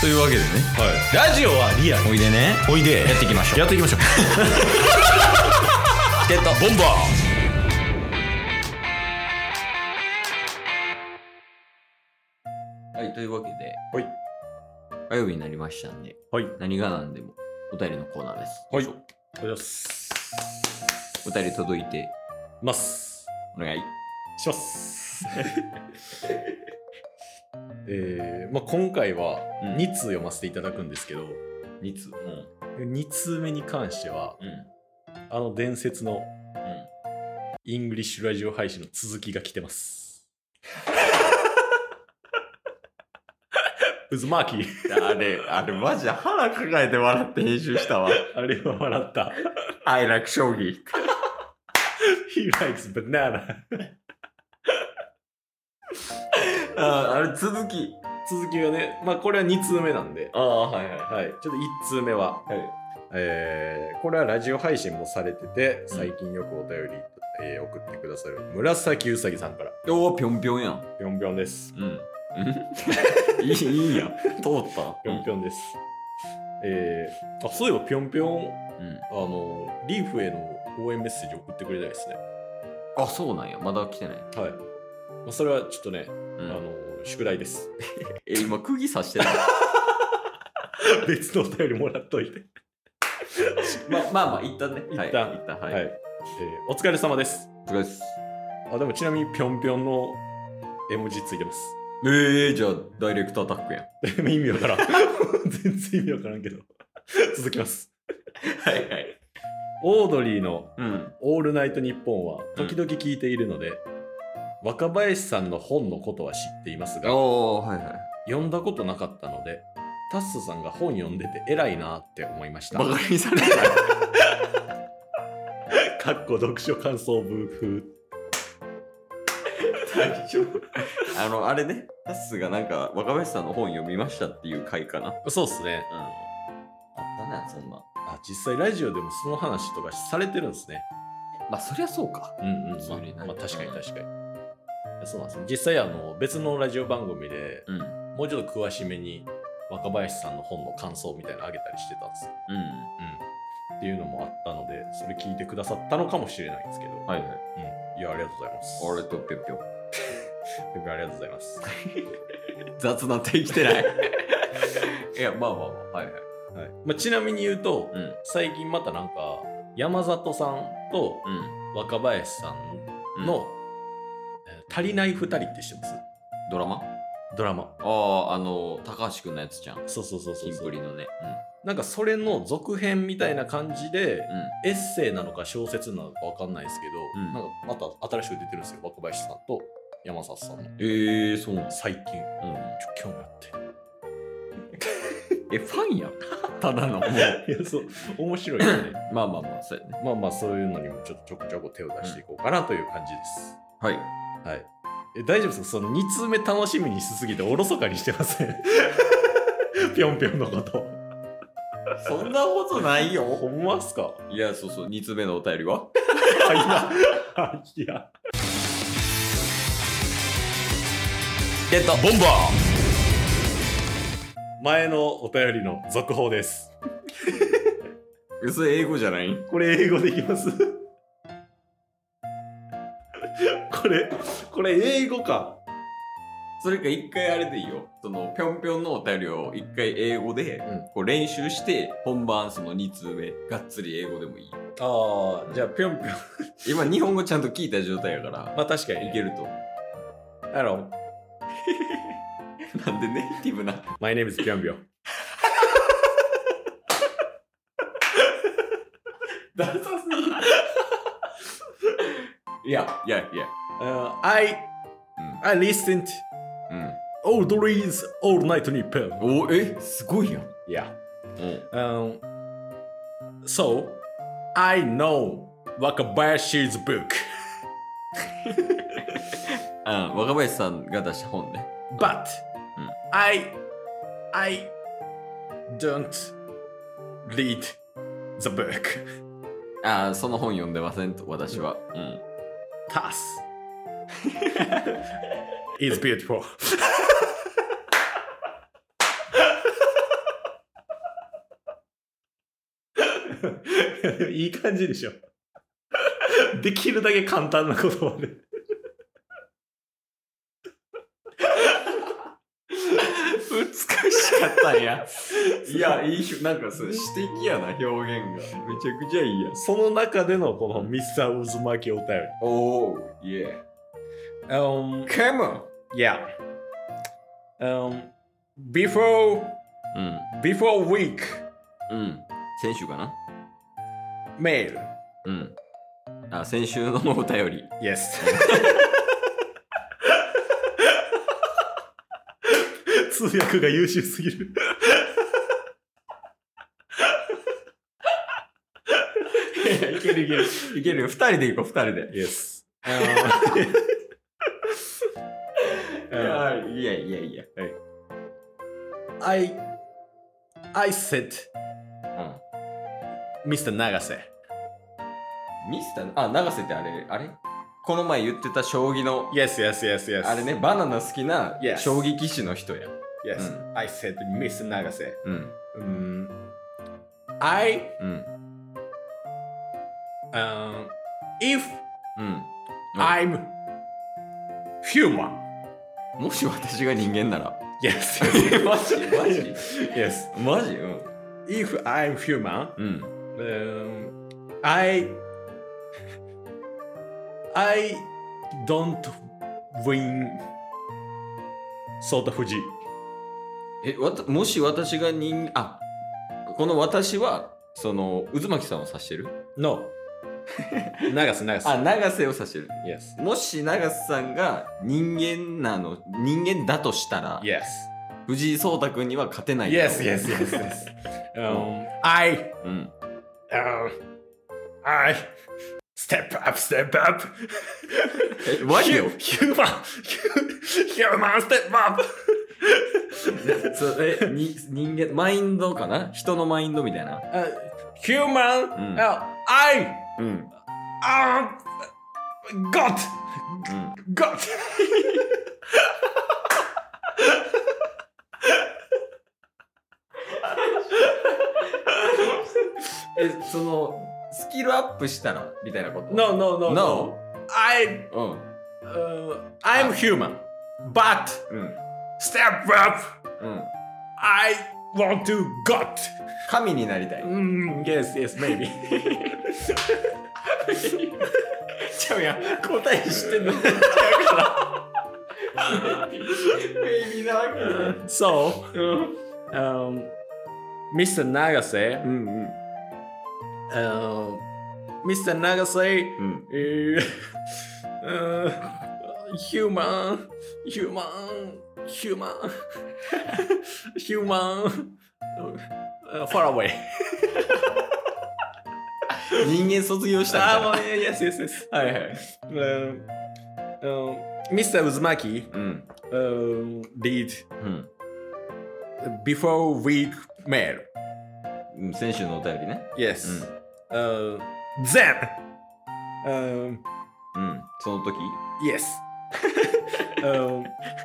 というわけでねラジオはリアルおいでねおいでやっていきましょうやっていきましょうチケットボンバーはい、というわけで、はい火曜日になりましたんで、はいあり何が何でもお便りのコーナーです。はいがとうございますお便り届いて、ますお願い。します えー、まあ今回はうん2通読ませていただくんですけど、 2つ。うん。 2通目に関してはうん。あの伝説のうん。イングリッシュラジオ配信の続きが来て ます。うず まき。あれ、あれ、マジで腹抱えて笑って編集した わ。あれは笑った。愛楽将棋。 He likes banana. ああれ、続き。続きがね、まあこれは2通目なんで、ああ、はいはい。はい、ちょっと1通目は、はい。えーこれはラジオ配信もされてて、最近よくお便り、えー送ってくださる紫うさぎさんから、おお、ぴょんぴょんやん。ぴょんぴょんです。うん。 いい、いいや。通った。ぴょんぴょんです。えーあそういえばぴょんぴょん、うん。あの、リーフへの応援メッセージ送ってくれたいですね。あ、そうなんや。まだ来てない。はい。まあ、それはちょっとね、うあん、の、宿題です。 え、今、釘刺してた。別のお便りもらっといて。 ままあまあ、一旦ね。はい一旦一旦、は、はいい。えーお疲れ様です。お疲れっす。あ、でもちなみにぴょんぴょんの絵文字ついてます。ええじゃあ、ダイレクトアタックやん。意味わからん。 全然意味わからんけど。 続きます。はいはい。オードリーのうん。 「オールナイトニッポン」は時々聞いているので、若林さんの本のことは知っていますが、おおはいはい。読んだことなかったので、タッスさんが本読んでて偉いなって思いました。バカにされない。かっこ読書感想ブー フ大丈夫。あの、あれね、タッスがなんか、若林さんの本読みましたっていう回かな。うん。あっそうっすね。たな、そんな。あ、実際ラジオでもその話とかされてるんですね。まあ、そりゃそうか。うんうん。そういうのまあ、ねまあ確かに確かに。そうなんですね。実際、あの、別のラジオ番組で、うん。うん。もうちょっと詳しめに若林さんの本の感想みたいなのあげたりしてたんですよ。うん。っていうのもあったので、それ聞いてくださったのかもしれないんですけど。はいはい。うん。いや、ありがとうございます。俺とぴょぴょ。ペペありがとうございます。は雑な手きてない。 いや、まあまあまあ、はいはい。い。まあ、ちなみに言うと、うん。最近またなんか、山里さんとうん。若林さんの、えー足りない二人って知ってますドラマドラマ。ああ、あの、高橋くんのやつじゃん。そうそうそうそキうンそプう。リのね。なんかそれの続編みたいな感じで、うん。うん。エッセイなのか小説なのか分かんないですけど、うんなんかまた新しく出てるんですよ若林さんと山里さんのええそうなん最近ちょうん。っと興味あっえ、ファンやん。 ただの、もう。 ていやそう面白いよねまあまあまあ、そうやね。まあまあそういうのにもちょっとちょこちょこ手を出していこうかなという感じです、はい。はいえ大丈夫ですかその2通目楽しみにしすぎておろそかにしてません ぴょんぴょんのこと そんなことないよ。ほんまっすかいや、そうそう、2つ目のお便りは あいやいやゲットボンバ前のお便りの続報ですーそれ英語じゃないこれ英語できますこれこれ英語かそれか一回あれでいいよ。その、ぴょんぴょんのお便りを一回英語で、うんこう練習して、本番その2通目、がっつり英語でもいいよ。ああじゃあぴょん ぴょん今、日本語ちゃんと聞いた状態やから、 まあ確かにいけると。あのなんでネイティブな。 My name is ぴょんぴょんダサすぎる。いや、いや、いや。 Uh, I うん。 I listened う All the Reeds All Night Nippon ん、おえすごいやん。 Yeah うん。 um, So I know Wakabayashi's book あ若林さんが出した本ね。 But Hmm. うん I I don't read the book あその本読んでませんと、私は。 うん。 Tass is beautiful いい感じでしょ。できるだけ簡単な言葉で。美しかったん や。いや、いいひ、なんかそれ、詩的やな、表現が。めちゃくちゃいいやん。その中でのこのミスター渦巻きお便り。おー、イエ Um, ー。カモ yeah. Um, before, うん。 before week, うん。先週かな mail. うん。あ、先週のお便 り。 Yes. 通訳が優秀すぎる。いけるいける。いけるよ。二人で行こう、二人で。 Yes. いやいやいや。はい。 I, I said, うん。 Mr. Nagase. ミスター、あ、長瀬ってあれ、あれこの前言ってた将棋の、 Yes, yes, yes, yes. あれね、バナナ好きな Yes 将棋棋士の人や。 Yes. I said, Mr. Nagase. うん。 Um, I, うん。 um, if うん。 I'm human. もし私が人間な ら。 Yes. マジマジ yes. マジうん。 If I'm human, うん。 um, I, I don't win Sota Fuji. え、わたもし私が人、あ、この私は、その、渦巻さんを指してる No. Nagase, Nagase. あ、長瀬を指してる。 yes. もし長瀬さんが人間なの、人間だとしたら、 Yes. 藤井聡太君には勝てないよ Yes, yes, yes, yes. Um, I, うん。 uh, I, step up, step up. え、マジよ Human, human, step up. そうえに人間マインドかな人のマインドみたいな Uh, human, うん uh, I, うん uh, got, うん got. えそのスキルアップしたらみたいなこと No, no, no, No. I, うん uh, I'm human, but うん step up. うん I want to got. 神になりたい Mm, yes, yes, maybe. ちゃうやん答え知ってんのちゃうからベイビーなわけ so, うん um, Mr. Nagase, んうん uh, Mr. Nagase, うん uh, uh, human, human, human, human, uh, far away. 人間卒業したみたいな Ah, well, yes, yes, yes. はいはい Um, um, Mr. Uzumaki, うん um, did うん、 before week mail. うん、先週のお便りね Yes. Uh, then. Um, うんうんその時 yes. um,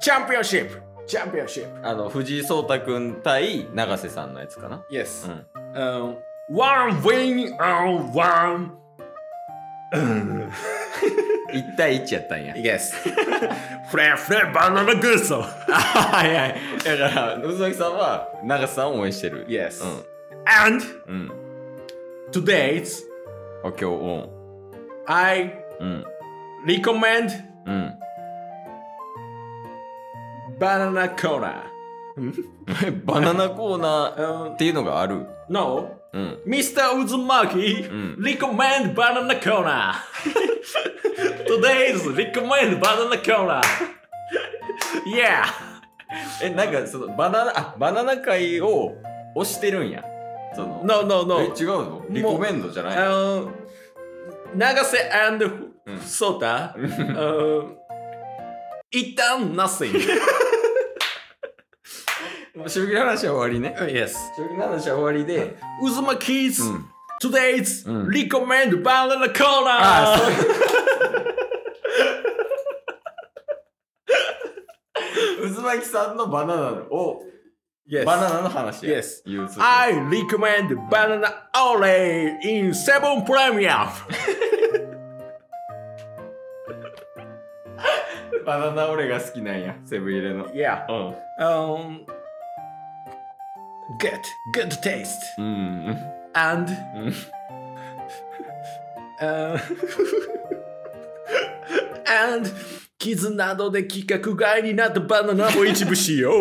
championship. Championship. あの藤井聡太君対永瀬さんのやつかな Yes. うん Um, one win on one. 1対1やったんや yes. Flair, flair, banana guso. はいはい。だから、宇崎さんは長瀬さんを応援してる。 Yes. う Mm. And ん。うん。 today's あ、今日、うん。 I うん。 recommend うん。 banana cola. バナナコーナーっ Um, ていうのがある。 no, うん。 Mr. Uzumaki うん recommend banana corner. Today's recommend banana corner. yeah. え、なんか、その、バナナ、あ、バナナ界を押してるんや。その、 No, no, え、 no. 違うのリコメンドじゃない Um, Nagase and Mm. Sota. um, it done nothing. もう将棋の話は終わりね。 yes. 将棋の話は終わりで。 Uzumaki's うん。 today's Mm. Ah, recommend banana corner. あそう いう。渦巻さんのバナナを Yes. バナナの話や。 Yes. 憂鬱 I recommend banana only in seven premium. バナナ俺が好きなんや、セブン入れの。 Yeah. うん。 Um. Good. Good taste. うん。 And. Mm. uh, and. 傷などで規格外になったバナナも一部使用。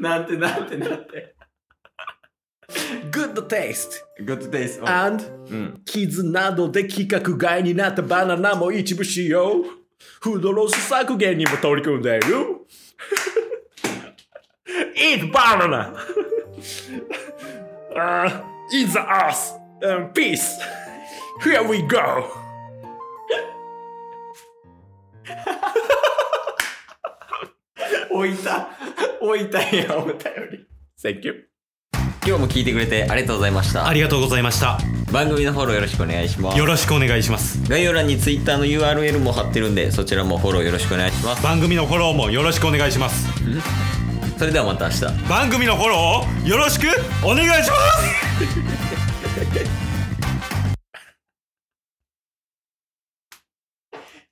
なんてなんてなんて。 Good taste. Good days. And. うん。傷などで規格外になったバナナも一部使用フードロス削減にも取り組んでいる Eat banana! あー Eat the earth! And peace! Here we go! 置いた。置いたんや、お便り。 Thank you! 今日も聞いてくれてありがとうございましたありがとうございました。番組のフォローよろしくお願いしますよろしくお願いします。概要欄に Twitter の URL も貼ってるんでそちらもフォローよろしくお願いします番組のフォローもよろしくお願いします。それではまた明日番組のフォローをよろしくお願いしま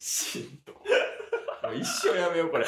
すしんど。もう一生やめよう、これ。